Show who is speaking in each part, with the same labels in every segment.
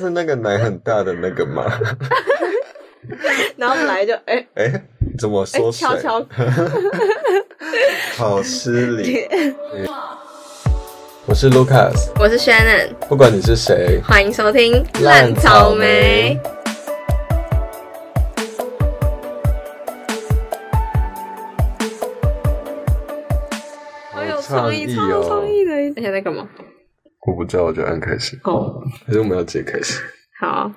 Speaker 1: 是那个奶很大的那个吗？
Speaker 2: 然后本来就哎
Speaker 1: 哎、怎么
Speaker 2: 哎
Speaker 1: 缩水？
Speaker 2: 悄 悄，
Speaker 1: 好失礼。我是 Lucas，
Speaker 2: 我是 Shannon，
Speaker 1: 不管你是谁，
Speaker 2: 欢迎收听《
Speaker 1: 烂草莓。
Speaker 2: 好
Speaker 1: 创
Speaker 2: 有哎创
Speaker 1: 意
Speaker 2: 意，
Speaker 1: 哦
Speaker 2: 超有创意的。而且在干嘛？
Speaker 1: 我不知道，我就按开始，
Speaker 2: 哦，
Speaker 1: 还是我们要直接开始？
Speaker 2: 好啊，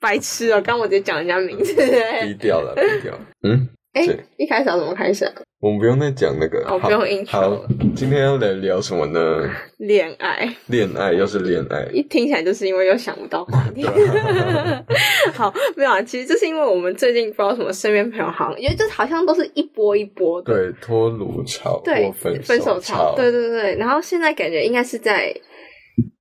Speaker 2: 白痴哦！刚我直接讲人家 名字。
Speaker 1: 低调了，低调。嗯，
Speaker 2: 哎
Speaker 1: 对，
Speaker 2: 一开始要怎么开始啊？
Speaker 1: 我们不用再讲那个，
Speaker 2: 哦
Speaker 1: 好
Speaker 2: 不用 intro
Speaker 1: 好，今天要来聊什么呢？
Speaker 2: 恋爱，
Speaker 1: 恋爱，又是恋爱。
Speaker 2: 一听起来就是因为又想不到话 题。好，没有啊，其实就是因为我们最近不知道什么，身边朋友好像，因为就好像都是一波一波的。
Speaker 1: 对，脱乳潮
Speaker 2: 对
Speaker 1: 或，分
Speaker 2: 分手
Speaker 1: 潮，
Speaker 2: 对，对对，然后现在感觉应该是在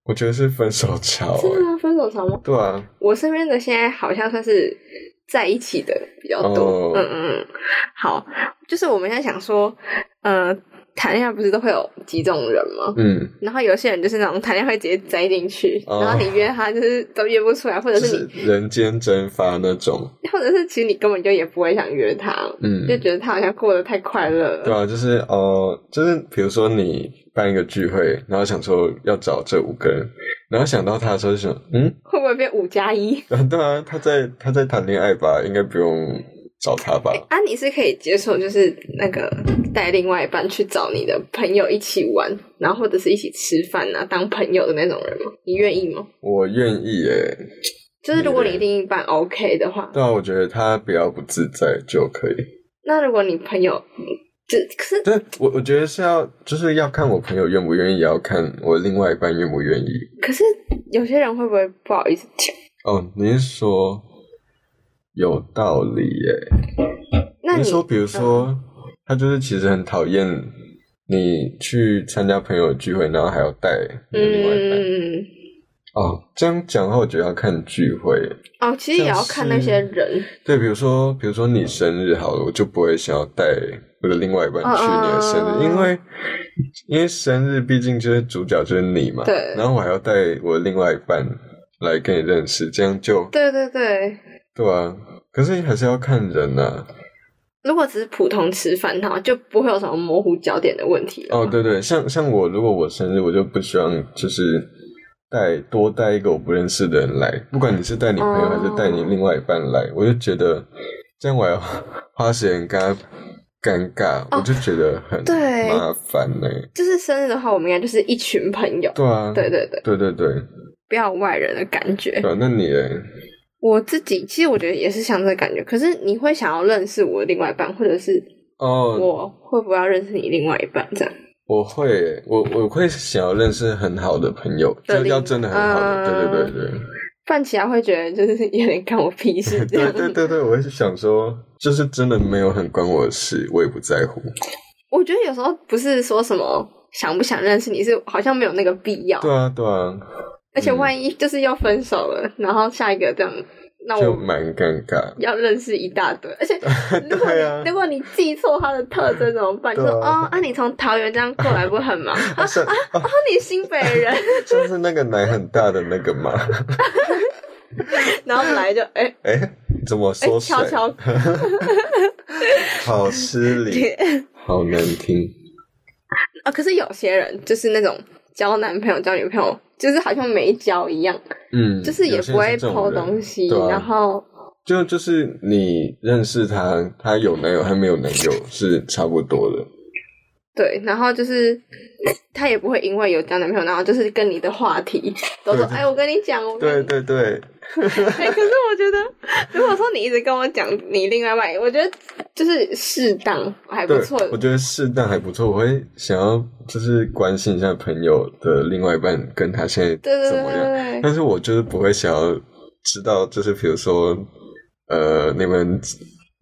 Speaker 1: 我觉得是分手潮、
Speaker 2: 真的
Speaker 1: 欸。
Speaker 2: 吗分手潮吗？
Speaker 1: 对啊，
Speaker 2: 我身边的现在好像算是在一起的比较多，
Speaker 1: 哦
Speaker 2: 嗯嗯，嗯好，就是我们现在想说，呃，谈恋爱不是都会有几种人吗？
Speaker 1: 嗯，
Speaker 2: 然后有些人就是那种谈恋爱会直接栽进去，
Speaker 1: 哦
Speaker 2: 然后你约他就是都约不出来，或者
Speaker 1: 就是是
Speaker 2: 你，
Speaker 1: 人间蒸发那种，
Speaker 2: 或者是其实你根本就也不会想约他，
Speaker 1: 嗯，
Speaker 2: 就觉得他好像过得太快乐
Speaker 1: 对
Speaker 2: 了，
Speaker 1: 啊，就是呃，就是比如说你办一个聚会，然后想说要找这五个人，然后想到他的时候就想，嗯，
Speaker 2: 会不会变五加一？
Speaker 1: 啊对啊，他在他在谈恋爱吧，应该不用找他吧？
Speaker 2: 啊，你是可以接受，就是那个带另外一半去找你的朋友一起玩，然后或者是一起吃饭啊，当朋友的那种人吗？你愿意吗？
Speaker 1: 我愿意耶，
Speaker 2: 就是如果
Speaker 1: 你
Speaker 2: 你
Speaker 1: 嘞
Speaker 2: 另一半 OK 的话，
Speaker 1: 对啊，我觉得他比较不自在就可以。
Speaker 2: 那如果你朋友就可是
Speaker 1: 但我我觉得是要，就是要看我朋友愿不愿意，也要看我另外一半愿不愿意。
Speaker 2: 可是有些人会不会不好意思讲？
Speaker 1: 哦，你是说有道理耶？
Speaker 2: 那
Speaker 1: 你
Speaker 2: 你嗯
Speaker 1: 是说，比如说，他就是其实很讨厌你去参加朋友聚会，然后还要带你的另外一半。
Speaker 2: 嗯
Speaker 1: 哦，这样讲的话，我觉得要看聚会。
Speaker 2: 哦，其实也要看那些人
Speaker 1: 对，比如说，比如说你生日好了，我就不会想要带我的另外一半去你的生日，
Speaker 2: 嗯
Speaker 1: 因为因为生日毕竟就是主角就是你嘛。
Speaker 2: 对
Speaker 1: 然后我还要带我的另外一半来跟你认识，这样就
Speaker 2: 对对对，
Speaker 1: 对啊。可是还是要看人呐、啊
Speaker 2: 如果只是普通吃饭的话，就不会有什么模糊焦点的问题了
Speaker 1: 哦，对对，像像我，如果我生日，我就不希望就是带多带一个我不认识的人来，不管你是带你朋友还是带你
Speaker 2: 哦
Speaker 1: 另外一半来，我就觉得这样我还要 花时间跟他尴尬，我就觉得很
Speaker 2: 哦对
Speaker 1: 麻烦呢、
Speaker 2: 就是生日的话，我们应该就是一群朋友。
Speaker 1: 对啊，
Speaker 2: 对对对，
Speaker 1: 对对对
Speaker 2: 不要有外人的感觉。
Speaker 1: 对啊那你嘞？
Speaker 2: 我自己其实我觉得也是像这个感觉，可是你会想要认识我的另外一半，或者是
Speaker 1: 哦，
Speaker 2: 我会不会要认识你另外一半这样？
Speaker 1: 我会欸，我我会想要认识很好的朋友，
Speaker 2: 的
Speaker 1: 就
Speaker 2: 另
Speaker 1: 要真的很好的，对对
Speaker 2: 嗯
Speaker 1: 对对。
Speaker 2: 不然其他会觉得就是 有点干我屁事这
Speaker 1: 对
Speaker 2: 样。
Speaker 1: 对对对，我也是想说，就是真的没有很关我的事，我也不在乎。
Speaker 2: 我觉得有时候不是说什么想不想认识你，是好像没有那个必要。
Speaker 1: 对啊，对啊，
Speaker 2: 而且万一就是要分手了，然后下一个这样，那
Speaker 1: 就
Speaker 2: 我
Speaker 1: 蛮尴尬。
Speaker 2: 要认识一大堆， 而且如果你、
Speaker 1: 对啊
Speaker 2: 如果你记错他的特征怎么办？你
Speaker 1: 对啊
Speaker 2: 说哦，啊你从桃园这样过来不 很忙？啊
Speaker 1: 像
Speaker 2: 啊，你新北人，
Speaker 1: 哦 像是那个奶很大的那个 嘛，
Speaker 2: 然后本来就哎
Speaker 1: 哎、怎么
Speaker 2: 哎
Speaker 1: 缩水？
Speaker 2: 悄悄，
Speaker 1: 好失礼，好难听。
Speaker 2: 啊，可是有些人就是那种交男朋友、交女朋友，就是好像没交一样，
Speaker 1: 嗯，
Speaker 2: 就是也
Speaker 1: 有些
Speaker 2: 不会
Speaker 1: 这种
Speaker 2: 抛
Speaker 1: 人
Speaker 2: 东西，
Speaker 1: 对啊、
Speaker 2: 然后
Speaker 1: 就就是你认识他，他有男友，他没有男友是差不多的。
Speaker 2: 对，然后就是他也不会因为有交男朋友，然后就是跟你的话题都说
Speaker 1: 对，对
Speaker 2: 哎，我跟你讲，我跟
Speaker 1: 对
Speaker 2: 你
Speaker 1: 对对，
Speaker 2: 哎，可是我觉得，如果说你一直跟我讲你另外一半，我觉得就是适当还不
Speaker 1: 对
Speaker 2: 错，，
Speaker 1: 我觉得适当还不错。我会想要就是关心一下朋友的另外一半跟他现在
Speaker 2: 对对
Speaker 1: 怎
Speaker 2: 对
Speaker 1: 么样，
Speaker 2: 对对，
Speaker 1: 但是我就是不会想要知道，就是比如说，呃，你们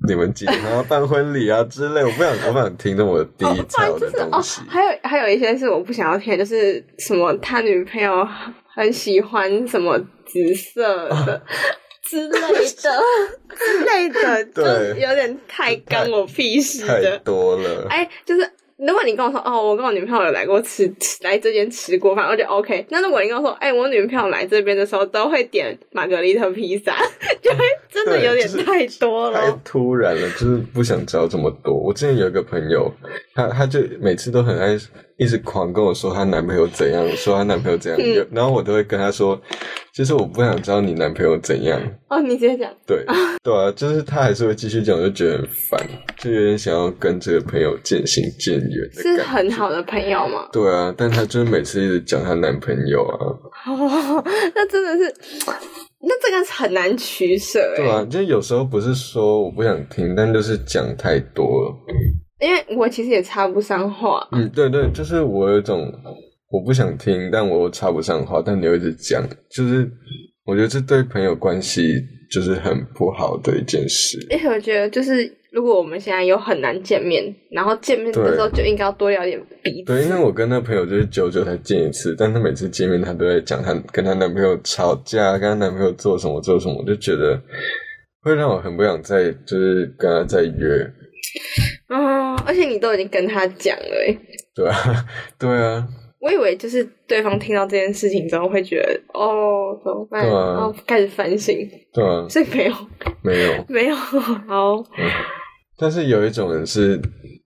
Speaker 1: 你们几点要办婚礼啊之类，我不想我不想听这么低
Speaker 2: 哦，不然
Speaker 1: 潮
Speaker 2: 就
Speaker 1: 的
Speaker 2: 是
Speaker 1: 东
Speaker 2: 哦
Speaker 1: 西。，
Speaker 2: 还有还有一些是我不想要听的，就是什么他女朋友很喜欢什么紫色的。
Speaker 1: 啊
Speaker 2: 之类的， 之类的，就
Speaker 1: 对
Speaker 2: 是有点太干我屁事
Speaker 1: 太
Speaker 2: 的。
Speaker 1: 多了，
Speaker 2: 哎，就是如果你跟我说哦，我跟我女朋友有来过吃吃来这边吃过饭，我就 OK。那如果你跟我说，哎、我女朋友来这边的时候都会点玛格丽特披萨， 就会真的有点
Speaker 1: 对就是
Speaker 2: 太多了。
Speaker 1: 太突然了，就是不想知道这么多。我之前有一个朋友，她她就每次都很爱一直狂跟我说她男朋友怎样，说她男朋友怎样，
Speaker 2: 嗯
Speaker 1: 有然后我都会跟她说，其实我不想知道你男朋友怎样。
Speaker 2: 哦，你直接讲，
Speaker 1: 对对啊，就是她还是会继续讲，我就觉得很烦，就有点想要跟这个朋友渐行渐远的感
Speaker 2: 是
Speaker 1: 觉。
Speaker 2: 很好的朋友吗？
Speaker 1: 对啊，但她就是每次一直讲她男朋友啊，
Speaker 2: 哦，那真的是，那这个很难取舍哎、
Speaker 1: 对啊，就有时候不是说我不想听，但就是讲太多了。
Speaker 2: 因为我其实也插不上话。
Speaker 1: 嗯，对对，就是我有一种我不想听，但我又插不上话，但你又一直讲，就是我觉得这对朋友关系就是很不好的一件事。
Speaker 2: 而且我觉得，就是如果我们现在又很难见面，然后见面
Speaker 1: 对
Speaker 2: 的时候就应该要多聊点彼
Speaker 1: 对，因为
Speaker 2: 此。
Speaker 1: 我跟那朋友就是久久才见一次，但她每次见面，她都在讲她跟她男朋友吵架，跟她男朋友做什么做什么，我就觉得会让我很不想再就是跟她再约。
Speaker 2: 嗯，而且你都已经跟他讲了、欸，
Speaker 1: 对啊， 对啊，
Speaker 2: 我以为就是对方听到这件事情之后会觉得哦怎么办，
Speaker 1: 对啊
Speaker 2: 然后开始反省，
Speaker 1: 对啊，
Speaker 2: 所以没有
Speaker 1: 没有。
Speaker 2: 没有，好
Speaker 1: 但是有一种人是，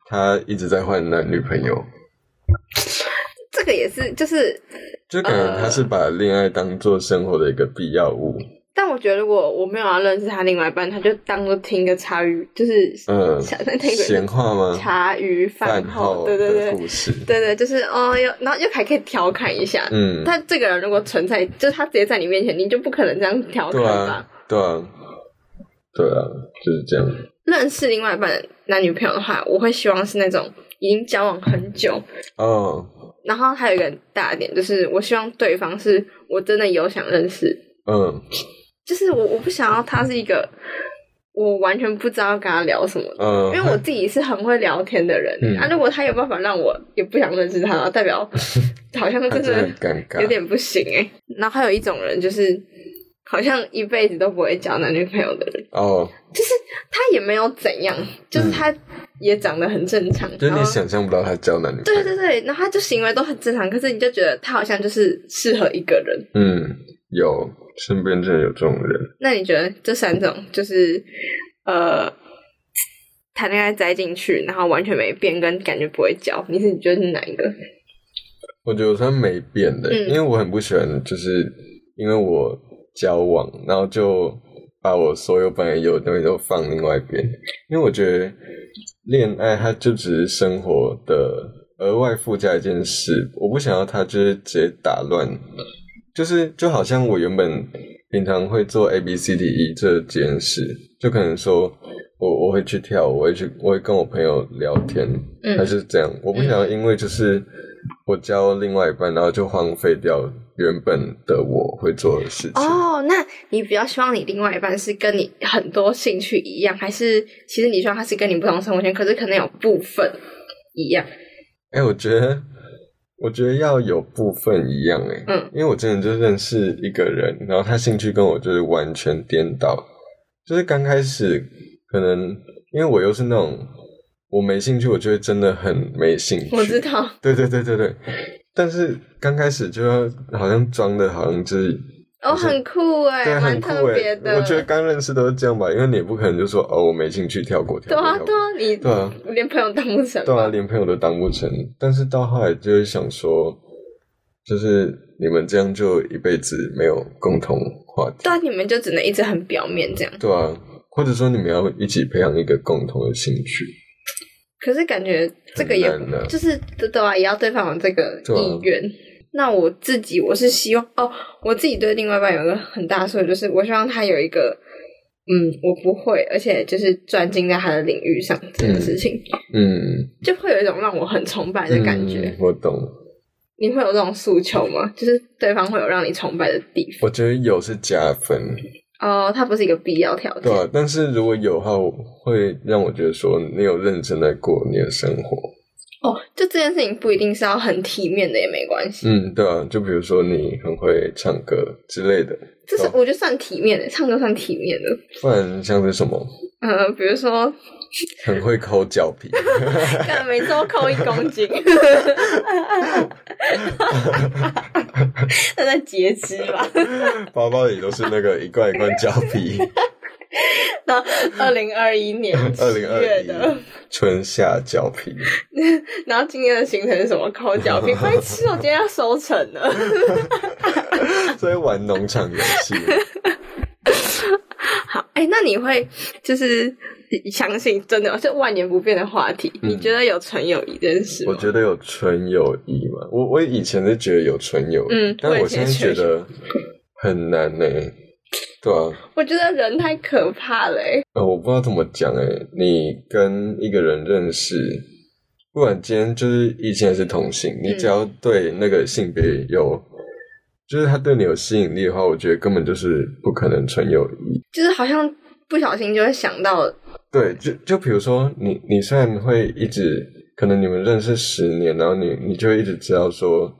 Speaker 1: 他一直在换男女朋友。
Speaker 2: 这个也是就是，
Speaker 1: 就感觉他是
Speaker 2: 呃
Speaker 1: 把恋爱当做生活的一个必要物，
Speaker 2: 但我觉得如果我没有要认识他另外一半，他就当做听个茶余，就是
Speaker 1: 嗯，
Speaker 2: 想在那
Speaker 1: 闲
Speaker 2: 个
Speaker 1: 话吗？
Speaker 2: 茶余饭
Speaker 1: 饭
Speaker 2: 后，对对
Speaker 1: 的
Speaker 2: 对
Speaker 1: 故事，
Speaker 2: 对对，就是哦，又然后又还可以调侃一下。
Speaker 1: 嗯，
Speaker 2: 他这个人如果存在，就是他直接在你面前，你就不可能这样调侃
Speaker 1: 对
Speaker 2: 吧
Speaker 1: 啊？，对啊，对啊，就是这样，
Speaker 2: 认识另外一半的男女朋友的话，我会希望是那种已经交往很久，
Speaker 1: 哦，
Speaker 2: 然后还有一个很大的点就是，我希望对方是我真的有想认识，
Speaker 1: 嗯
Speaker 2: 就是我我不想要他是一个我完全不知道跟他聊什么的。
Speaker 1: 嗯，
Speaker 2: 因为我自己是很会聊天的人、
Speaker 1: 嗯
Speaker 2: 啊，如果他有办法让我也不想认识他，代 表好像
Speaker 1: 他
Speaker 2: 真
Speaker 1: 真的
Speaker 2: 的
Speaker 1: 很尴尬，
Speaker 2: 有点不行哎、然后还有一种人就是，好像一辈子都不会交男女朋友的人，
Speaker 1: 哦，
Speaker 2: 就是他也没有怎样，就是他也长得很正常，
Speaker 1: 嗯就是
Speaker 2: 然
Speaker 1: 你
Speaker 2: 后
Speaker 1: 想象不到他交男女朋
Speaker 2: 哦对
Speaker 1: 友，
Speaker 2: 对对，然后他就行为都很正常，可是你就觉得他好像就是适合一个人。
Speaker 1: 嗯，有身边真的有这种人，
Speaker 2: 那你觉得这三种就是呃，谈恋爱栽进去，然后完全没变，跟感觉不会交，你是你觉得是哪一个？
Speaker 1: 我觉得我算没变的，
Speaker 2: 嗯
Speaker 1: 因为我很不喜欢，就是因为我交往，然后就把我所有本来有的东西都放另外一边，因为我觉得恋爱它就只是生活的额外附加一件事，我不想要它就是直接打乱，就是就好像我原本平常会做 A B C D E 这件事，就可能说我我会去跳舞，我会去我会跟我朋友聊天，
Speaker 2: 嗯
Speaker 1: 还是这样，我不想要因为就是我交另外一半，然后就荒废掉原本的我会做的事情。
Speaker 2: 哦，那你比较希望你另外一半是跟你很多兴趣一样，还是其实你希望他是跟你不同生活圈，可是可能有部分一样？
Speaker 1: 哎、我觉得，我觉得要有部分一样哎、
Speaker 2: 嗯，
Speaker 1: 因为我之前就认识一个人，然后他兴趣跟我就是完全颠倒，就是刚开始可能因为我又是那种我没兴趣，我就会真的很没兴趣，
Speaker 2: 我知道，
Speaker 1: 对对对对对，但是刚开始就要好像装的，好像就是。
Speaker 2: 哦，
Speaker 1: 就是
Speaker 2: 很酷哎、
Speaker 1: 对，
Speaker 2: 蛮
Speaker 1: 很酷
Speaker 2: 特别
Speaker 1: 诶。
Speaker 2: 的。
Speaker 1: 我觉得刚认识都是这样吧，因为你也不可能就说哦，我没兴趣，跳过，
Speaker 2: 对
Speaker 1: 跳过，
Speaker 2: 啊，
Speaker 1: 跳过
Speaker 2: 对啊，你
Speaker 1: 对啊
Speaker 2: 连朋友当不成吧，
Speaker 1: 对啊，连朋友都当不成。但是到后来就是想说，就是你们这样就一辈子没有共同话题，
Speaker 2: 对啊，你们就只能一直很表面这样。
Speaker 1: 对啊，或者说你们要一起培养一个共同的兴趣，
Speaker 2: 可是感觉这个也
Speaker 1: 很难的
Speaker 2: 就是对对啊，也要对方有这个
Speaker 1: 对啊
Speaker 2: 意愿。那我自己我是希望哦，我自己对另外一半有一个很大的诉求，就是我希望他有一个嗯，我不会，而且就是专精在他的领域上这件事情，
Speaker 1: 嗯，
Speaker 2: 就会有一种让我很崇拜的感觉。
Speaker 1: 嗯我懂。
Speaker 2: 你会有这种诉求吗？就是对方会有让你崇拜的地方
Speaker 1: 我觉得有是加分，
Speaker 2: 哦，它不是一个必要条
Speaker 1: 对
Speaker 2: 件。
Speaker 1: 啊。但是如果有的话，我会让我觉得说你有认真在过你的生活，
Speaker 2: 哦，就这件事情不一定是要很体面的，也没关系。
Speaker 1: 嗯，对啊。就比如说你很会唱歌之类的，
Speaker 2: 这是
Speaker 1: 哦
Speaker 2: 我觉得算体面的，唱歌算体面的。
Speaker 1: 不然像是什么？
Speaker 2: 嗯，比 如说，
Speaker 1: 很会抠脚皮，
Speaker 2: 看每周扣一公斤，他在截肢吧？
Speaker 1: 包包里都是那个一罐一罐脚 皮。
Speaker 2: 到二零二一 年
Speaker 1: 二
Speaker 2: 七
Speaker 1: 零二
Speaker 2: 月
Speaker 1: 一
Speaker 2: 的，
Speaker 1: 春夏脚皮，
Speaker 2: 然后今天的行程是什么？抠脚皮，快吃！我今天要收成了。
Speaker 1: 所以玩农场游 戏。
Speaker 2: 好，哎、那你会就是相信真的是万年不变的话题？
Speaker 1: 嗯
Speaker 2: 你觉得有纯友谊这件事
Speaker 1: 我
Speaker 2: 吗？
Speaker 1: 觉得有纯友谊嘛，我我以前是觉得有纯友谊，
Speaker 2: 嗯
Speaker 1: 但
Speaker 2: 我也
Speaker 1: 我现在
Speaker 2: 觉
Speaker 1: 觉
Speaker 2: 得
Speaker 1: 得很难呢、对啊，
Speaker 2: 我觉得人太可怕了、欸。
Speaker 1: 呃，我不知道怎么讲哎、你跟一个人认识，不管今天就是异性还是同性，
Speaker 2: 嗯
Speaker 1: 你只要对那个性别有，就是他对你有吸引力的话，我觉得根本就是不可能纯友谊。
Speaker 2: 就是好像不小心就会想到，
Speaker 1: 对，就就比如说你，你虽然会一直，可能你们认识十年，然后你你就会一直知道说，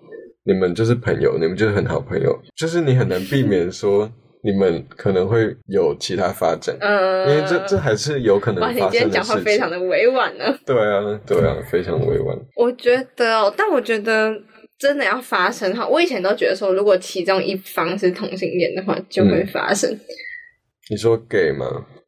Speaker 1: 你们就是朋友，你们就是很好朋友，就是你很难避免说你们可能会有其他发展，
Speaker 2: 嗯、
Speaker 1: 因为这这还是有可能
Speaker 2: 哇，
Speaker 1: 发
Speaker 2: 你
Speaker 1: 生的事情。
Speaker 2: 今天讲话非常的委婉呢、
Speaker 1: 对啊，对啊，非常委婉。
Speaker 2: 我觉得哦，但我觉得真的要发生哈，我以前都觉得说，如果其中一方是同性恋的话，就会
Speaker 1: 嗯
Speaker 2: 发生。
Speaker 1: 你说 gay 吗？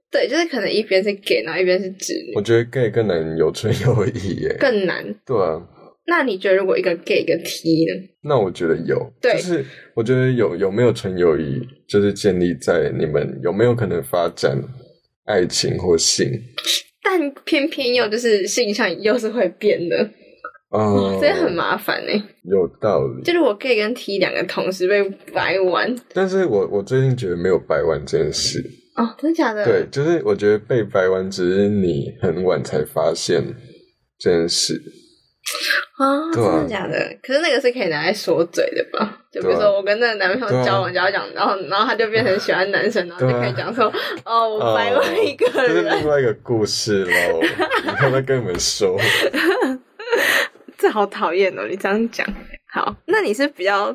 Speaker 2: 对，就是可能一边是 gay，然后一边是直女，
Speaker 1: 我觉得 gay 更难有纯友谊耶。
Speaker 2: 更难。
Speaker 1: 对啊，
Speaker 2: 那你觉得如果一个 gay 一个 T 呢？
Speaker 1: 那我觉得有，
Speaker 2: 对
Speaker 1: 就是我觉得有有没有纯友谊，就是建立在你们有没有可能发展爱情或性。
Speaker 2: 但偏偏又就是性向又是会变的，
Speaker 1: 哦，
Speaker 2: 这很麻烦哎、
Speaker 1: 有道理。
Speaker 2: 就如果 gay 跟 T 两个同时被掰弯，
Speaker 1: 但是我我最近觉得没有掰弯这件事，
Speaker 2: 哦，真的假的？
Speaker 1: 对，就是我觉得被掰弯只是你很晚才发现这件事。
Speaker 2: 啊，
Speaker 1: 对
Speaker 2: 真
Speaker 1: 啊
Speaker 2: 的假的？可是那个是可以拿来说嘴的吧？就比如
Speaker 1: 对啊
Speaker 2: 说我跟那个男朋友交往，交往，然后然后他就变成喜欢男生，然后就
Speaker 1: 对啊
Speaker 2: 可以讲说， 哦，我掰
Speaker 1: 哦
Speaker 2: 弯一个
Speaker 1: 这是
Speaker 2: 人，
Speaker 1: 另外一个故事喽，以后再跟你们说。
Speaker 2: 这好讨厌哦！你这样讲，好，那你是比较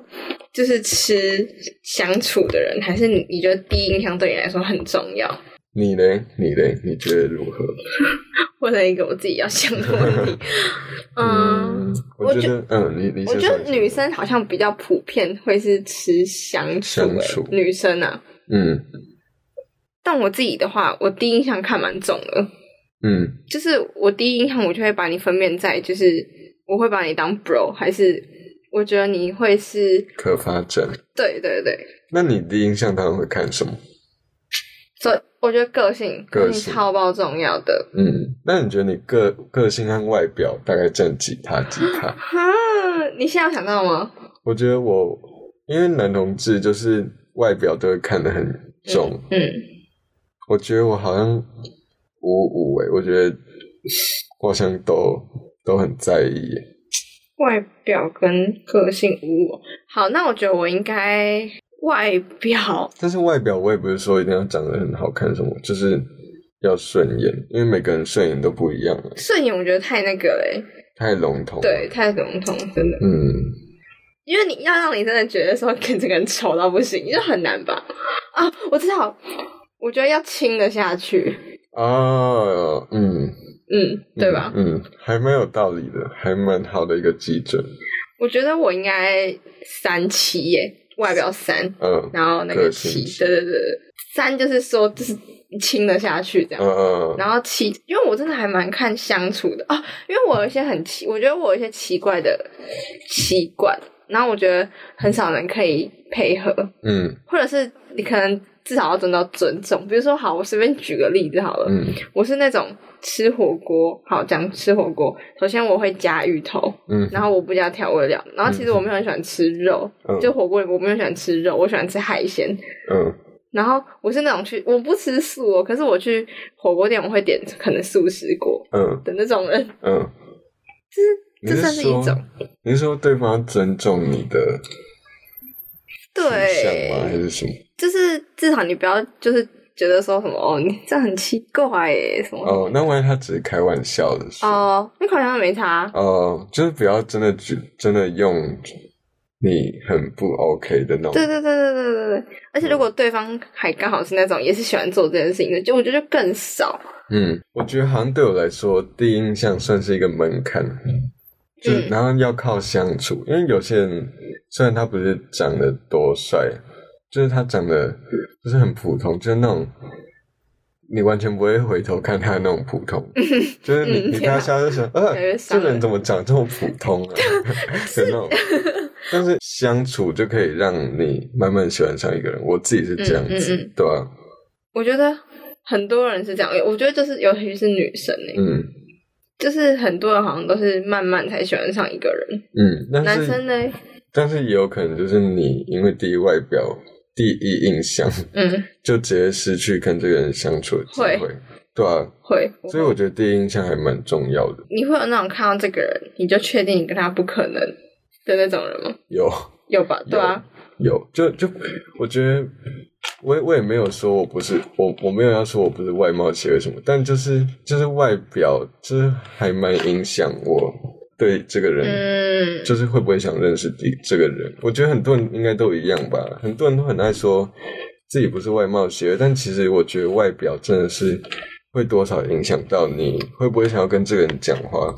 Speaker 2: 就是吃相处的人，还是你你觉得第一印象对你来说很重要？
Speaker 1: 你嘞，你嘞，你觉得如何？
Speaker 2: 或者一个我自己要想的 问题，嗯。，
Speaker 1: 我
Speaker 2: 我
Speaker 1: 觉
Speaker 2: 觉
Speaker 1: 得，嗯，你你
Speaker 2: 我
Speaker 1: 先
Speaker 2: 觉
Speaker 1: 说
Speaker 2: 得女，生好像比较普遍会是吃相处、
Speaker 1: 相
Speaker 2: 欸，
Speaker 1: 处
Speaker 2: 女生啊，
Speaker 1: 嗯
Speaker 2: 但我自己的话，我第一印象看蛮重的，
Speaker 1: 嗯，
Speaker 2: 就是我第一印象我就会把你分辨在，就是我会把你当 bro，还是我觉得你会是，
Speaker 1: 可发展。
Speaker 2: 对对对，
Speaker 1: 那你第一印象当然会看什么？
Speaker 2: 所以我觉得个性
Speaker 1: 个性
Speaker 2: 超爆重要的。
Speaker 1: 嗯，那你觉得你个个性和外表大概占几趴几 趴？
Speaker 2: 哈，你现在有想到吗？
Speaker 1: 我觉得我因为男同志就是外表都会看得很重，
Speaker 2: 嗯，
Speaker 1: 我觉得我好像五五欸诶，我觉得我好像都都很在意耶。
Speaker 2: 外表跟个性无我。好，那我觉得我应该外表
Speaker 1: 但是外表我也不是说一定要长得很好看什么，就是要顺眼，因为每个人顺眼都不一样，啊
Speaker 2: 顺眼，我觉得太那个了欸、
Speaker 1: 太笼统。
Speaker 2: 对，，太笼统，真的。
Speaker 1: 嗯，
Speaker 2: 因为你要让你真的觉得说跟这个人丑到不行，就很难吧？啊，我知道，我觉得要亲得下去，
Speaker 1: 啊，嗯，
Speaker 2: 嗯，对吧？
Speaker 1: 嗯，嗯还蛮有道理的，还蛮好的一个基准。
Speaker 2: 我觉得我应该三七耶，外表三，
Speaker 1: 嗯
Speaker 2: 然后那个
Speaker 1: 个性
Speaker 2: 七，对对对，对三就是说就是亲得下去这样。
Speaker 1: 嗯嗯，嗯
Speaker 2: 然后七，因为我真的还蛮看相处的啊，因为我有一些很奇，我觉得我有一些奇怪的习惯，然后我觉得很少人可以配合，
Speaker 1: 嗯
Speaker 2: 或者是你可能至少要得到尊重。比如说，好，我随便举个例子好了，
Speaker 1: 嗯
Speaker 2: 我是那种吃火锅，好讲吃火锅，首先我会加芋头，
Speaker 1: 嗯，
Speaker 2: 然后我不加调味料，然后其实我没有很喜欢吃肉，
Speaker 1: 嗯
Speaker 2: 就火锅里我没有喜欢吃肉，我喜欢吃海鲜。
Speaker 1: 嗯
Speaker 2: 然后我是那种去我不吃素哦，可是我去火锅店我会点可能素食锅
Speaker 1: 嗯
Speaker 2: 的那 种人，
Speaker 1: 嗯，
Speaker 2: 这这算是
Speaker 1: 你
Speaker 2: 一种
Speaker 1: 是说。你是说对方尊重你的
Speaker 2: 对
Speaker 1: 倾向吗？还是什么？
Speaker 2: 就是至少你不要就是觉得说什么哦，你这很奇怪耶什么哦
Speaker 1: 哦，那万一他只是开玩笑的说，
Speaker 2: 哦，你好像没差，
Speaker 1: 哦，就是不要真的举，真的用你很不 OK 的那种。
Speaker 2: 对对对对对对对，而且
Speaker 1: 嗯
Speaker 2: 如果对方还刚好是那种也是喜欢做这件事情的，就我觉得就更少。
Speaker 1: 嗯，我觉得好像对我来说，第一印象算是一个门槛，就是
Speaker 2: 嗯
Speaker 1: 然后要靠相处，因为有些人虽然他不是长得多帅，就是他长得就是很普通，就是那种你完全不会回头看他的那种普 通，就是你、
Speaker 2: 嗯
Speaker 1: 你大家就 想，呃
Speaker 2: 感觉，
Speaker 1: 这
Speaker 2: 伤
Speaker 1: 个人
Speaker 2: 了
Speaker 1: 怎么长这么普通 啊？的那种。但是相处就可以让你慢慢喜欢上一个人，我自己是这样
Speaker 2: 嗯嗯
Speaker 1: 子，
Speaker 2: 嗯
Speaker 1: 对啊吧、
Speaker 2: 我觉得很多人是这样，我觉得就是尤其是女生欸
Speaker 1: 嗯
Speaker 2: 就是很多人好像都是慢慢才喜欢上一个人，
Speaker 1: 嗯，但
Speaker 2: 男
Speaker 1: 是
Speaker 2: 生呢，
Speaker 1: 但是也有可能就是你因为第一外表、第一印象，
Speaker 2: 嗯，
Speaker 1: 就直接失去跟这个人相处的机会，
Speaker 2: 会
Speaker 1: 对啊。
Speaker 2: 会，
Speaker 1: 所以我觉得第一印象还蛮重要的。
Speaker 2: 你会有那种看到这个人，你就确定你跟他不可能的那种人吗？
Speaker 1: 有
Speaker 2: 有吧？对啊，
Speaker 1: 有，就就我觉得，我也我也没有说我不是我我没有要说我不是外貌协会什么，但就是就是外表，就是还蛮影响我对这个人。
Speaker 2: 嗯，
Speaker 1: 就是会不会想认识这这个人？我觉得很多人应该都一样吧，很多人都很爱说自己不是外貌协会，但其实我觉得外表真的是会多少影响到你会不会想要跟这个人讲话。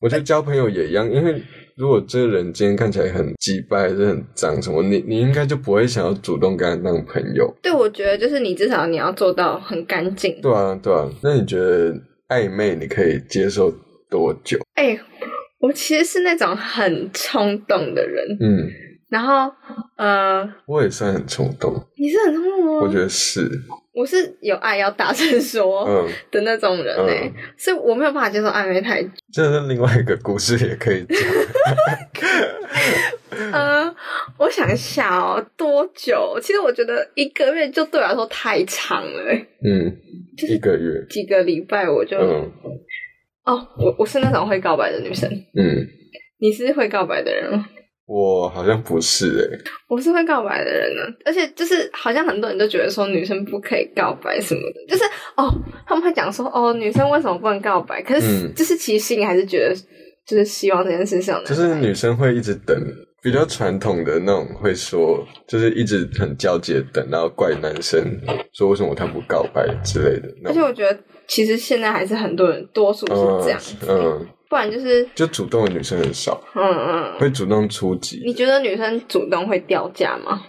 Speaker 1: 我觉得交朋友也一样，因为如果这个人今天看起来很鸡掰，还是很脏什么，你你应该就不会想要主动跟他当朋友，
Speaker 2: 对，我觉得就是你至少你要做到很干净。
Speaker 1: 对啊，对啊。那你觉得暧昧你可以接受多久？
Speaker 2: 哎、我其实是那种很冲动的人，
Speaker 1: 嗯，
Speaker 2: 然后呃，
Speaker 1: 我也算很冲动，
Speaker 2: 你是很冲动吗？
Speaker 1: 我觉得是，
Speaker 2: 我是有爱要大声说
Speaker 1: 嗯。
Speaker 2: 的那种人哎、
Speaker 1: 嗯
Speaker 2: 所以我没有办法接受暧昧太久。
Speaker 1: 这是另外一个故事，也可以讲。
Speaker 2: 呃，我想一下哦，多久？其实我觉得一个月就对我来说太长了、哎
Speaker 1: 嗯，一个月。
Speaker 2: 几个礼拜我就、
Speaker 1: 嗯
Speaker 2: 哦，我我是那种会告白的女生。
Speaker 1: 嗯，
Speaker 2: 你是会告白的人吗？
Speaker 1: 我好像不是欸诶、
Speaker 2: 我是会告白的人啊呢、而且就是好像很多人都觉得说女生不可以告白什么的，就是哦，他们会讲说哦，女生为什么不能告白？可是、
Speaker 1: 嗯
Speaker 2: 就是其实心里还是觉得就是希望这件事是有男
Speaker 1: 就
Speaker 2: 生
Speaker 1: 是女生会一直等，比较传统的那种会说，就是一直很焦急的等，然后怪男生说为什么他不告白之类的。那
Speaker 2: 而且
Speaker 1: 种
Speaker 2: 我觉得其实现在还是很多人多数是这样，
Speaker 1: 嗯嗯，
Speaker 2: 不然就是
Speaker 1: 就主动的女生很少，
Speaker 2: 嗯嗯，
Speaker 1: 会主动出击。
Speaker 2: 你觉得女生主动会掉价吗？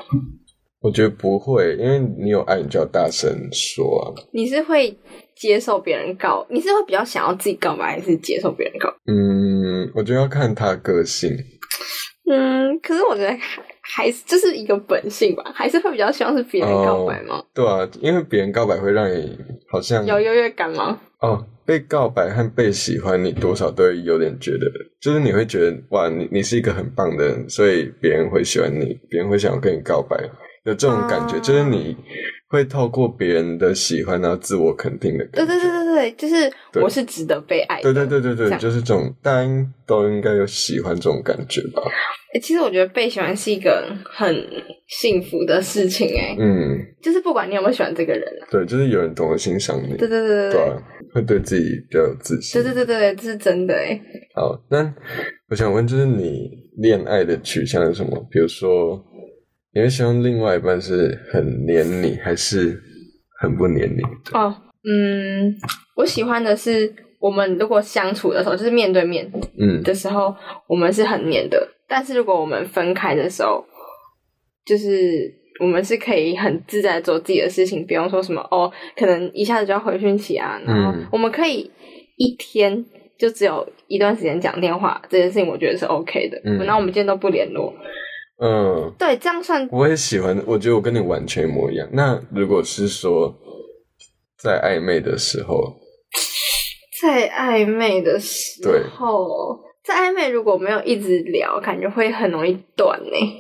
Speaker 1: 我觉得不会，因为你有爱，你就要大声说啊。
Speaker 2: 你是会接受别人告，你是会比较想要自己告白，还是接受别人告白？
Speaker 1: 嗯，我觉得要看他个性。
Speaker 2: 嗯，可是我觉得还还是就是一个本性吧，还是会比较希望是别人告白吗？
Speaker 1: 对啊，因为别人告白会让你好像
Speaker 2: 有优越感吗？
Speaker 1: 哦，被告白和被喜欢，你多少都会有点觉得，就是你会觉得哇，你你是一个很棒的人，所以别人会喜欢你，别人会想要跟你告白，有这种感觉，
Speaker 2: 啊
Speaker 1: 就是你会透过别人的喜欢，然后自我肯定的
Speaker 2: 对
Speaker 1: 感觉。
Speaker 2: 对对对对，就是
Speaker 1: 对
Speaker 2: 我是值得被爱的。
Speaker 1: 对对对对对
Speaker 2: 嗯这样
Speaker 1: 就是这种，大家应都应该有喜欢这种感觉吧？
Speaker 2: 诶欸其实我觉得被喜欢是一个很幸福的事情、诶
Speaker 1: 嗯，
Speaker 2: 就是不管你有没有喜欢这个人啊，
Speaker 1: 对，就是有人懂得欣赏你，
Speaker 2: 对对对对
Speaker 1: 对
Speaker 2: 对
Speaker 1: 啊，会对自己比较有自信。
Speaker 2: 对对对对，这是真的欸诶
Speaker 1: 好，那我想问，就是你恋爱的取向是什么？比如说，你会希望另外一半是很黏你，还是很不黏你的？
Speaker 2: 哦，嗯，我喜欢的是我们如果相处的时候，就是面对面
Speaker 1: 嗯
Speaker 2: 的时候，我们是很黏的。但是如果我们分开的时候，就是我们是可以很自在地做自己的事情，不用说什么哦，可能一下子就要回讯息啊。然后
Speaker 1: 嗯
Speaker 2: 我们可以一天就只有一段时间讲电话，这件事情我觉得是 OK 的。
Speaker 1: 嗯
Speaker 2: 然后我们今天都不联络，
Speaker 1: 嗯，
Speaker 2: 对，这样算
Speaker 1: 我也喜欢，我觉得我跟你完全一模一样。那如果是说在暧昧的时候，
Speaker 2: 在暧昧的时
Speaker 1: 对
Speaker 2: 候，在暧昧如果没有一直聊，感觉会很容易断欸呢、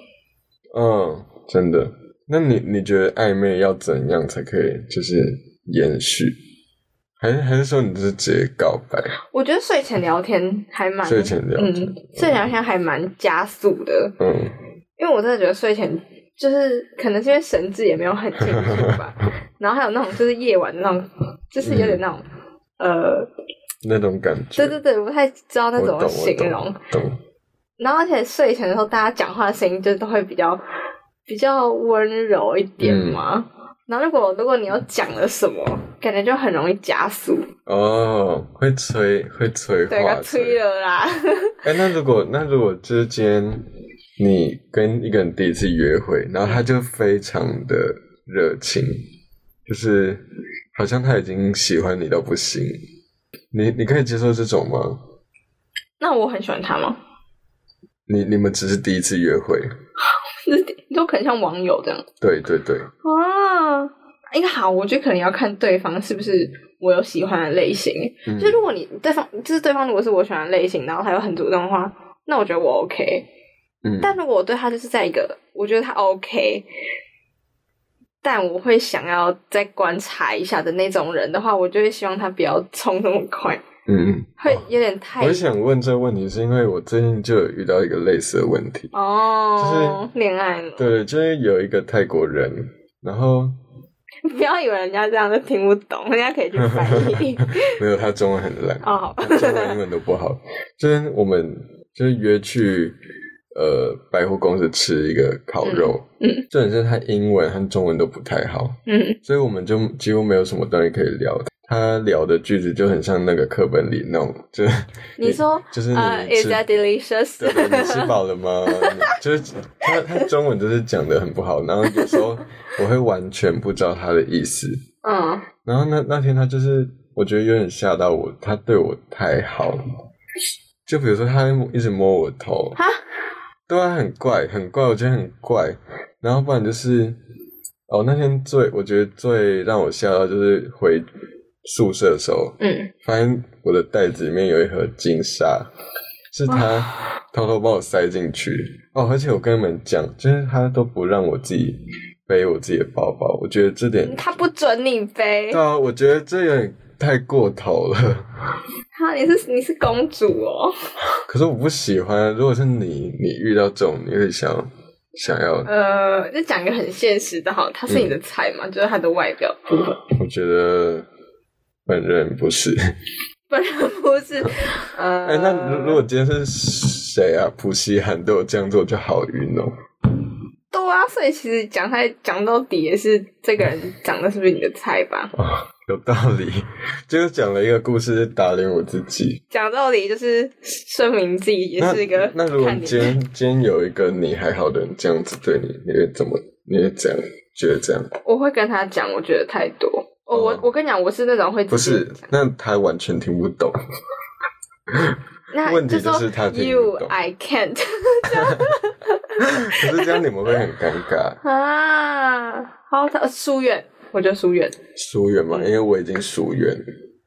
Speaker 1: 嗯，真的，那你你觉得暧昧要怎样才可以就是延续？还是还是说你就是直接告白？
Speaker 2: 我觉得睡前聊天还蛮
Speaker 1: 睡前聊天
Speaker 2: 嗯，睡前聊天还蛮加速的，
Speaker 1: 嗯
Speaker 2: 因为我真的觉得睡前就是可能是因为神志也没有很清楚 吧，然后还有那种就是夜晚的那种，就是有点那种、呃，
Speaker 1: 那种感觉，
Speaker 2: 对对对，不太知道那怎
Speaker 1: 嗯我懂
Speaker 2: 么
Speaker 1: 我
Speaker 2: 形
Speaker 1: 懂
Speaker 2: 容，
Speaker 1: 懂，
Speaker 2: 然后而且睡前的时候，大家讲话的声音就都会比较比较温柔一点
Speaker 1: 嗯
Speaker 2: 嘛。然后如果如果你又讲了什么，感觉就很容易加速，
Speaker 1: 哦，会催会催
Speaker 2: 对，
Speaker 1: 化
Speaker 2: 要催了啦。
Speaker 1: 哎、那如果那如果之间你跟一个人第一次约会，然后他就非常的热情，就是好像他已经喜欢你到不行，你你可以接受这种吗？
Speaker 2: 那我很喜欢他吗？
Speaker 1: 你你们只是第一次约会，
Speaker 2: 就可能像网友这样
Speaker 1: 对对对，哦
Speaker 2: 啊。一个好，我觉得可能要看对方是不是我有喜欢的类型。
Speaker 1: 嗯
Speaker 2: 就如果你对方就是对方，如果是我喜欢的类型，然后他又很主动的话，那我觉得我 OK。
Speaker 1: 嗯
Speaker 2: 但如果我对他就是在一个，我觉得他 OK，但我会想要再观察一下的那种人的话，我就会希望他不要冲那么快，
Speaker 1: 嗯嗯。
Speaker 2: 会有点太
Speaker 1: 我想问这个问题，是因为我最近就有遇到一个类似的问题。
Speaker 2: 哦，恋爱了。
Speaker 1: 对，就是有一个泰国人，然后
Speaker 2: 不要以为人家这样就听不懂，人家可以去翻译。
Speaker 1: 没有他中文很烂，
Speaker 2: 哦，好，
Speaker 1: 中文、英文都不好。就是我们就是约去呃百货公司吃一个烤肉，
Speaker 2: 嗯，
Speaker 1: 重点是他英文和中文都不太好，
Speaker 2: 嗯
Speaker 1: 所以我们就几乎没有什么东西可以聊。他聊的句子就很像那个课本里那种，就是
Speaker 2: 你说
Speaker 1: 就是你
Speaker 2: 呃、i
Speaker 1: 吃
Speaker 2: s that delicious？
Speaker 1: 对，你吃饱了吗？ 你就是他他中文就是讲的很不好，然后有时候我会完全不知道他的意思。
Speaker 2: 嗯，
Speaker 1: 然后那那天他就是，我觉得有点吓到我，他对我太好。就比如说他一直摸我头，
Speaker 2: 哈，
Speaker 1: 对啊，很怪，很怪，我觉得很怪。然后不然就是，哦，那天最我觉得最让我吓到就是回宿舍的时候，
Speaker 2: 嗯，
Speaker 1: 发现我的袋子里面有一盒金沙，是他偷偷帮我塞进去。哦，而且我跟你们讲，就是他都不让我自己背我自己的包包，我觉得这点，
Speaker 2: 他不准你
Speaker 1: 对。
Speaker 2: 背
Speaker 1: 啊，我觉得这有点太过头了。
Speaker 2: 哈，你是你是公主哦。
Speaker 1: 可是我不喜欢，如果是你，你遇到这种，你会想要想要，
Speaker 2: 呃，就讲一个很现实的好，他是你的菜
Speaker 1: 嗯
Speaker 2: 嘛，就是他的外表部分。
Speaker 1: 我觉得本人不是。
Speaker 2: 本人不是， 呃，
Speaker 1: 哎、那如如果今天是谁啊，普希涵对我这样做，我就好晕哦。
Speaker 2: 对啊，所以其实讲他讲到底也是这个人长得是不是你的菜吧？
Speaker 1: 啊，有道理。 就是讲了一个故事，打脸我自己。
Speaker 2: 讲到底就是说明自己也
Speaker 1: 那
Speaker 2: 是一个
Speaker 1: 那如果
Speaker 2: 看
Speaker 1: 今
Speaker 2: 点。
Speaker 1: 天今天有一个你还好的人这样子对你，你会怎么？你会怎样？觉得这样
Speaker 2: 我会跟他讲，我觉得太多。哦，我
Speaker 1: 哦
Speaker 2: 我跟你讲，我是那种会
Speaker 1: 不
Speaker 2: 自己
Speaker 1: 是？那他完全听不懂。
Speaker 2: 那
Speaker 1: 问题
Speaker 2: 就说
Speaker 1: 就是他听不
Speaker 2: you
Speaker 1: 懂
Speaker 2: I can't
Speaker 1: 可是这样你们会很尴尬，
Speaker 2: 啊，好， 他疏远，我觉得疏 远。
Speaker 1: 疏远嘛，因为我已经疏远。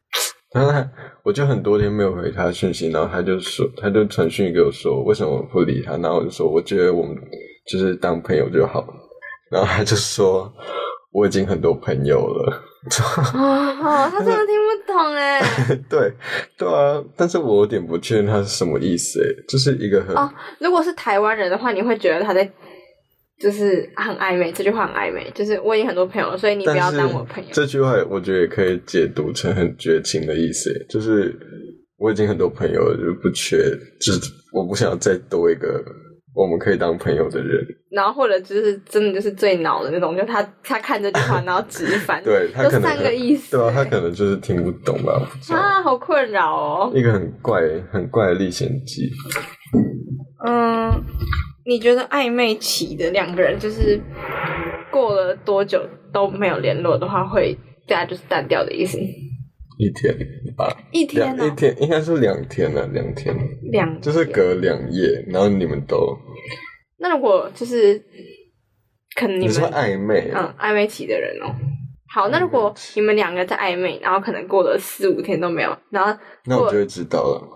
Speaker 1: 然后他，我就很多天没有回他讯息，然后他就说，他就传讯给我说，为什么我不理他？然后我就说，我觉得我们就是当朋友就好。然后他就说，我已经很多朋友了。
Speaker 2: 啊，他真的听不懂哎。
Speaker 1: 对，对啊，但是我有点不确定他是什么意思，诶，就是一个很、
Speaker 2: 哦如果是台湾人的话，你会觉得他在就是很暧昧，这句话很暧昧，就是我已经很多朋友了，所以你不
Speaker 1: 但
Speaker 2: 要
Speaker 1: 是
Speaker 2: 当我朋友。
Speaker 1: 这句话我觉得也可以解读成很绝情的意思，就是我已经很多朋友了，就不缺，就是我不想再多一个我们可以当朋友的人。
Speaker 2: 然后或者就是真的就是最恼的那种，就他他看这句话，然后直 翻，
Speaker 1: 对他
Speaker 2: 有
Speaker 1: 可能
Speaker 2: 三个意思
Speaker 1: 对啊，
Speaker 2: 欸
Speaker 1: 他可能就是听不懂吧，我不知道
Speaker 2: 啊，好困扰哦。
Speaker 1: 一个很怪、很怪的历险记。
Speaker 2: 嗯，你觉得暧昧期的两个人，就是过了多久都没有联络的话，会大家就是淡掉的意思？
Speaker 1: 一天吧，
Speaker 2: 一
Speaker 1: 两
Speaker 2: 天呢、哦
Speaker 1: 一天应该是两天了、两天
Speaker 2: 两
Speaker 1: 嗯就是
Speaker 2: 天
Speaker 1: 隔两夜，然后你们都
Speaker 2: 那如果就是可能
Speaker 1: 你
Speaker 2: 你
Speaker 1: 说
Speaker 2: 们
Speaker 1: 暧昧，
Speaker 2: 嗯暧昧期的人哦。好，那如果你们两个在暧昧，然后可能过了四五天都没有，然后
Speaker 1: 那我
Speaker 2: 过
Speaker 1: 就会知道了。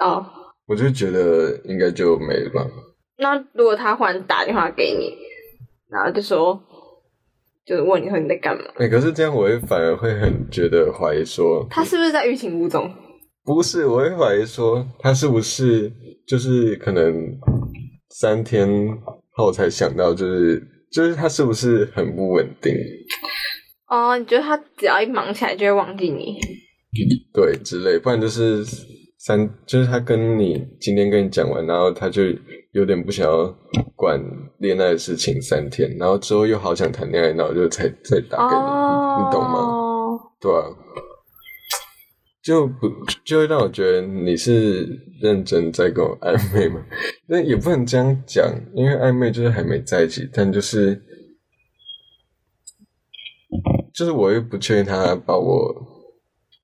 Speaker 2: 哦，
Speaker 1: 我就觉得应该就没了吧。
Speaker 2: 那如果他忽然打电话给你，然后就说，就是问你说你在干嘛，
Speaker 1: 哎、可是这样我会反而会很觉得怀疑说，
Speaker 2: 他是不是在欲擒故纵？
Speaker 1: 不是，我会怀疑说他是不是就是可能三天后才想到，就是就是他是不是很不稳定，
Speaker 2: 哦，你觉得他只要一忙起来就会忘记你？
Speaker 1: 对之类，不然就是三，就是他跟你今天跟你讲完，然后他就有点不想要管恋爱的事情三天，然后之后又好想谈恋爱，然后就才再打给你，
Speaker 2: 哦，
Speaker 1: 你懂吗？对啊，就不就会让我觉得你是认真在跟我暧昧嘛？ 那也不能这样讲，因为暧昧就是还没在一起，但就是就是我又不确定他把我。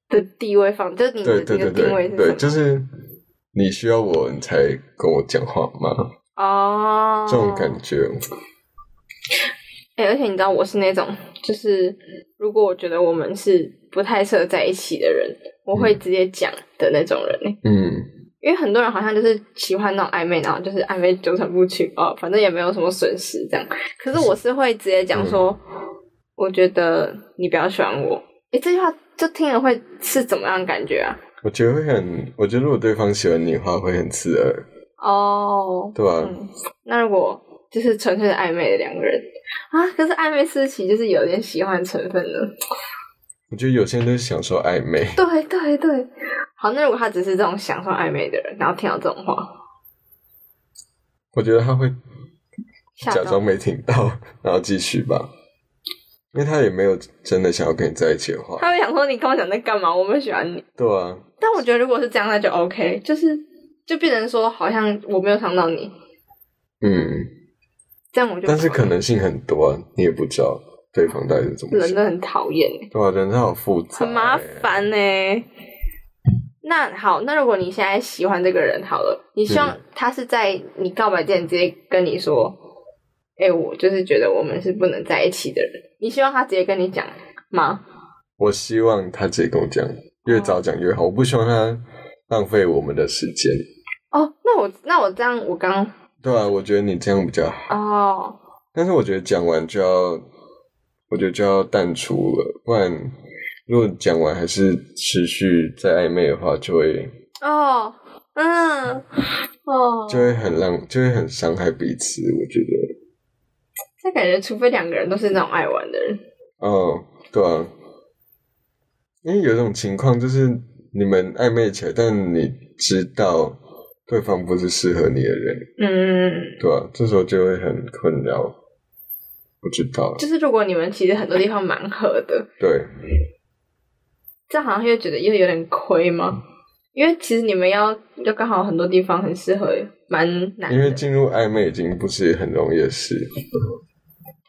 Speaker 2: 的地位放，就是你的
Speaker 1: 对
Speaker 2: 这
Speaker 1: 对
Speaker 2: 个
Speaker 1: 对
Speaker 2: 定
Speaker 1: 对
Speaker 2: 位是什
Speaker 1: 对，
Speaker 2: 么？
Speaker 1: 就是你需要我，你才跟我讲话吗？
Speaker 2: 哦，
Speaker 1: 这种感觉，
Speaker 2: 哎、而且你知道我是那种，就是如果我觉得我们是不太适合在一起的人，我会直接讲的那种人、欸。
Speaker 1: 嗯，
Speaker 2: 因为很多人好像就是喜欢那种暧昧，然后就是暧昧纠缠不清哦，反正也没有什么损失这样。可是我是会直接讲说，我觉得你不要喜欢我。哎、这句话就听了会是怎么样的感觉啊？
Speaker 1: 我觉得会很，我觉得如果对方喜欢你的话，会很刺耳，
Speaker 2: 哦、
Speaker 1: 对吧？
Speaker 2: 嗯，那如果就是纯粹的暧昧的两个人啊，可是暧昧私情就是有点喜欢成分呢。
Speaker 1: 我觉得有些人都是享受暧昧，
Speaker 2: 对对对，好，那如果他只是这种享受暧昧的人，然后听到这种话，
Speaker 1: 我觉得他会
Speaker 2: 吓
Speaker 1: 假
Speaker 2: 到
Speaker 1: 装没听到， 然后继续吧，因为他也没有真的想要跟你在一起的话，
Speaker 2: 他会想说你跟我讲在干嘛？我不喜欢你。
Speaker 1: 对啊，
Speaker 2: 但我觉得如果是这样，那就 OK，就是就变成说好像我没有伤到你，
Speaker 1: 嗯，
Speaker 2: 这样我就
Speaker 1: 但是可能性很多啊，你也不知道对方到底是怎么
Speaker 2: 人
Speaker 1: 想，
Speaker 2: 真的很讨厌欸，
Speaker 1: 对啊，人他好复杂欸、
Speaker 2: 很麻烦呢、那好，那如果你现在喜欢这个人好了，你希望
Speaker 1: 嗯
Speaker 2: 他是在你告白之前直接跟你说，哎、我就是觉得我们是不能在一起的人，你希望他直接跟你讲吗？
Speaker 1: 我希望他直接跟我讲，越早讲越好。我不希望他浪费我们的时间，
Speaker 2: 哦，那我那我这样，我刚
Speaker 1: 对啊，我觉得你这样比较好。
Speaker 2: 哦，
Speaker 1: 但是我觉得讲完就要，我觉得就要淡出了，不然如果讲完还是持续在暧昧的话，就会
Speaker 2: 哦，嗯，哦，
Speaker 1: 就会很浪，就会很伤害彼此。我觉得，
Speaker 2: 这感觉，除非两个人都是那种爱玩的人，
Speaker 1: 哦，对啊，因为有一种情况就是你们暧昧起来，但你知道对方不是适合你的人。
Speaker 2: 嗯，
Speaker 1: 对啊，这时候就会很困扰，不知道。
Speaker 2: 就是如果你们其实很多地方蛮合的，
Speaker 1: 对，
Speaker 2: 这样好像又觉得又有点亏吗？因为其实你们要就刚好很多地方很适合，蛮难
Speaker 1: 因为
Speaker 2: 的。
Speaker 1: 进入暧昧已经不是很容易的事。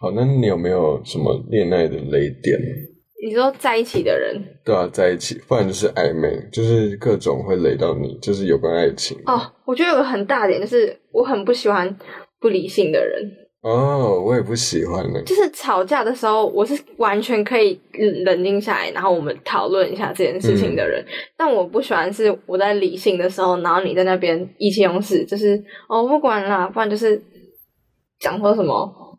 Speaker 1: 好，那你有没有什么恋爱的雷点？
Speaker 2: 你说在一起的人
Speaker 1: 对啊，在一起，不然就是暧昧，就是各种会雷到你，就是有关爱情。
Speaker 2: 哦，我觉得有个很大的点就是我很不喜欢不理性的人，
Speaker 1: 哦，我也不喜欢呢。
Speaker 2: 就是吵架的时候，我是完全可以嗯冷静下来，然后我们讨论一下这件事情的人。但我不喜欢是我在理性的时候，然后你在那边意气用事，就是哦不管啦，不然就是讲说什么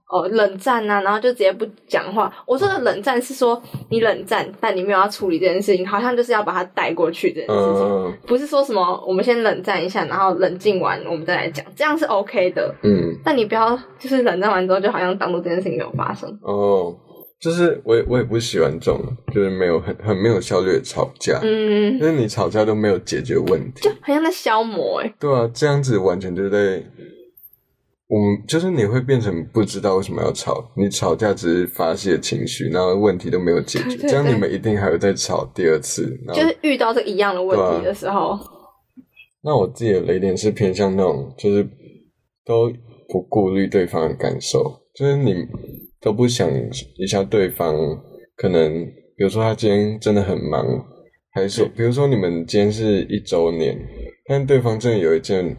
Speaker 2: 哦冷战呐、然后就直接不讲话。我说的冷战是说你冷战，但你没有要处理这件事情，好像就是要把它带过去这件事情。
Speaker 1: 嗯
Speaker 2: 不是说什么我们先冷战一下，然后冷静完我们再来讲，这样是 OK 的。
Speaker 1: 嗯，
Speaker 2: 但你不要就是冷战完之后，就好像当做这件事情没有发生。
Speaker 1: 哦，就是我也我也不喜欢这种，就是没有很很没有效率的吵架，
Speaker 2: 嗯，
Speaker 1: 就是你吵架都没有解决问题。
Speaker 2: 很像在消磨哎、
Speaker 1: 对啊，这样子完全就在，我们就是你会变成不知道为什么要吵，你吵架只是发泄情绪，然后问题都没有解决，
Speaker 2: 对对
Speaker 1: 这样
Speaker 2: 对
Speaker 1: 你们一定还会再吵第二次。然后
Speaker 2: 就是遇到这一样的问题
Speaker 1: 对
Speaker 2: 的时候，
Speaker 1: 那我自己的雷点是偏向那种，就是都不顾虑对方的感受，就是你都不想一下对方可能，比如说他今天真的很忙，还是比如说你们今天是一周年，但对方真的有一件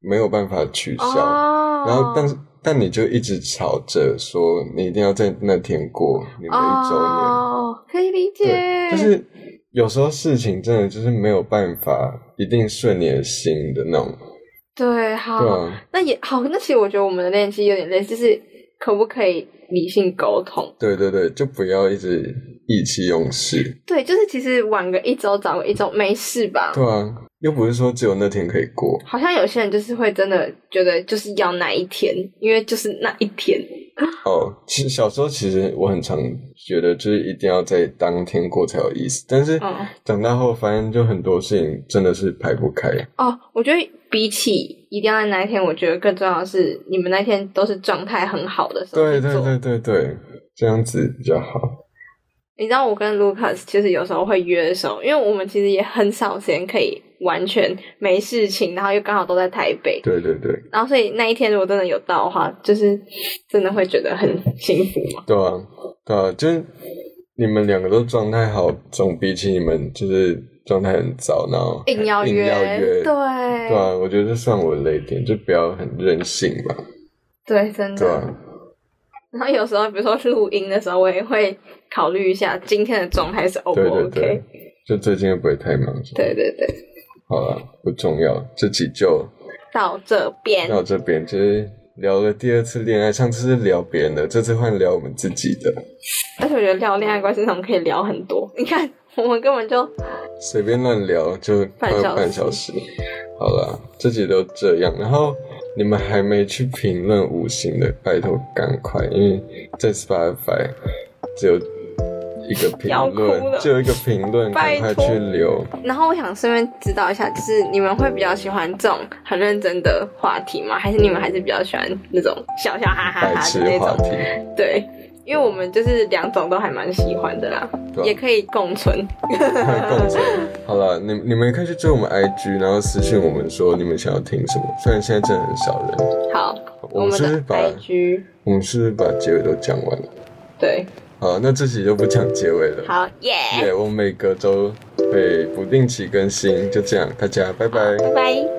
Speaker 1: 没有办法取消，
Speaker 2: 哦，
Speaker 1: 啊然后但是但你就一直吵着说你一定要在那天过你们一周年，
Speaker 2: 哦，可以理解，
Speaker 1: 对，就是有时候事情真的就是没有办法一定顺你的心的那种，
Speaker 2: 对，好，
Speaker 1: 对啊，
Speaker 2: 那也好，那其实我觉得我们的练习有点类似，就是可不可以理性沟通？
Speaker 1: 对对对，就不要一直意气用事，
Speaker 2: 对，就是其实晚个一周，早个一周没事吧。
Speaker 1: 对啊，又不是说只有那天可以过，
Speaker 2: 好像有些人就是会真的觉得就是要那一天，因为就是那一天，
Speaker 1: 哦，其实小时候其实我很常觉得，就是一定要在当天过才有意思。但是
Speaker 2: 嗯
Speaker 1: 长大后发现，就很多事情真的是排不开。
Speaker 2: 哦，我觉得比起一定要在那一天，我觉得更重要的是你们那天都是状态很好的时候
Speaker 1: 对
Speaker 2: 去
Speaker 1: 对
Speaker 2: 做
Speaker 1: 对对对，这样子比较好。
Speaker 2: 你知道我跟 Lucas 其实有时候会约的时候，因为我们其实也很少时间可以完全没事情，然后又刚好都在台北，
Speaker 1: 对对对，
Speaker 2: 然后所以那一天如果真的有到的话，就是真的会觉得很幸福嘛。
Speaker 1: 对啊，对啊，就是你们两个都状态好，总比起你们就是状态很糟，然后
Speaker 2: 硬要
Speaker 1: 硬
Speaker 2: 约，
Speaker 1: 要约，
Speaker 2: 对
Speaker 1: 对啊，我觉得这算我的雷点，就不要很任性吧，
Speaker 2: 对真
Speaker 1: 对
Speaker 2: 的。
Speaker 1: 啊，
Speaker 2: 然后有时候比如说录音的时候，我也会考虑一下今天的状态是 O 不
Speaker 1: 对对
Speaker 2: OK
Speaker 1: 对，就最近又不会太忙，是吧
Speaker 2: 对对对，
Speaker 1: 好了，不重要，这集就
Speaker 2: 到这边
Speaker 1: 到这边，就是聊了第二次恋爱，上次是聊别人的，这次换聊我们自己的，
Speaker 2: 而且我觉得聊恋爱关系那种可以聊很多。你看，我们根本就
Speaker 1: 随便乱聊就快
Speaker 2: 半小时
Speaker 1: 半小时。好了，这集都这样，然后你们还没去评论五星的，拜托赶快，因为在 Spotify 只有一个评
Speaker 2: 要哭
Speaker 1: 论，
Speaker 2: 了
Speaker 1: 只有一个评论，赶
Speaker 2: 拜
Speaker 1: 快
Speaker 2: 托
Speaker 1: 去留。
Speaker 2: 然后我想顺便知道一下，就是你们会比较喜欢这种很认真的话题吗？还是你们还是比较喜欢那种笑笑哈哈
Speaker 1: 白
Speaker 2: 哈
Speaker 1: 痴
Speaker 2: 的那
Speaker 1: 话
Speaker 2: 种？
Speaker 1: 题，
Speaker 2: 对，因为我们就是两种都还蛮喜欢的啦，
Speaker 1: 对啊
Speaker 2: 也可以共存。
Speaker 1: 共存。好了，你你们可以去追我们 IG，然后私信我们说你们想要听什么。虽然现在真的很少人，
Speaker 2: 好，
Speaker 1: 我
Speaker 2: 我
Speaker 1: 们
Speaker 2: 们
Speaker 1: 是不是
Speaker 2: 的
Speaker 1: 把
Speaker 2: IG
Speaker 1: 我们是不是把结尾都讲完了？
Speaker 2: 对，
Speaker 1: 好，那这集就不讲结尾了。
Speaker 2: 好耶，
Speaker 1: 耶我每个周会不定期更新，就这样，大家拜拜。
Speaker 2: 拜拜。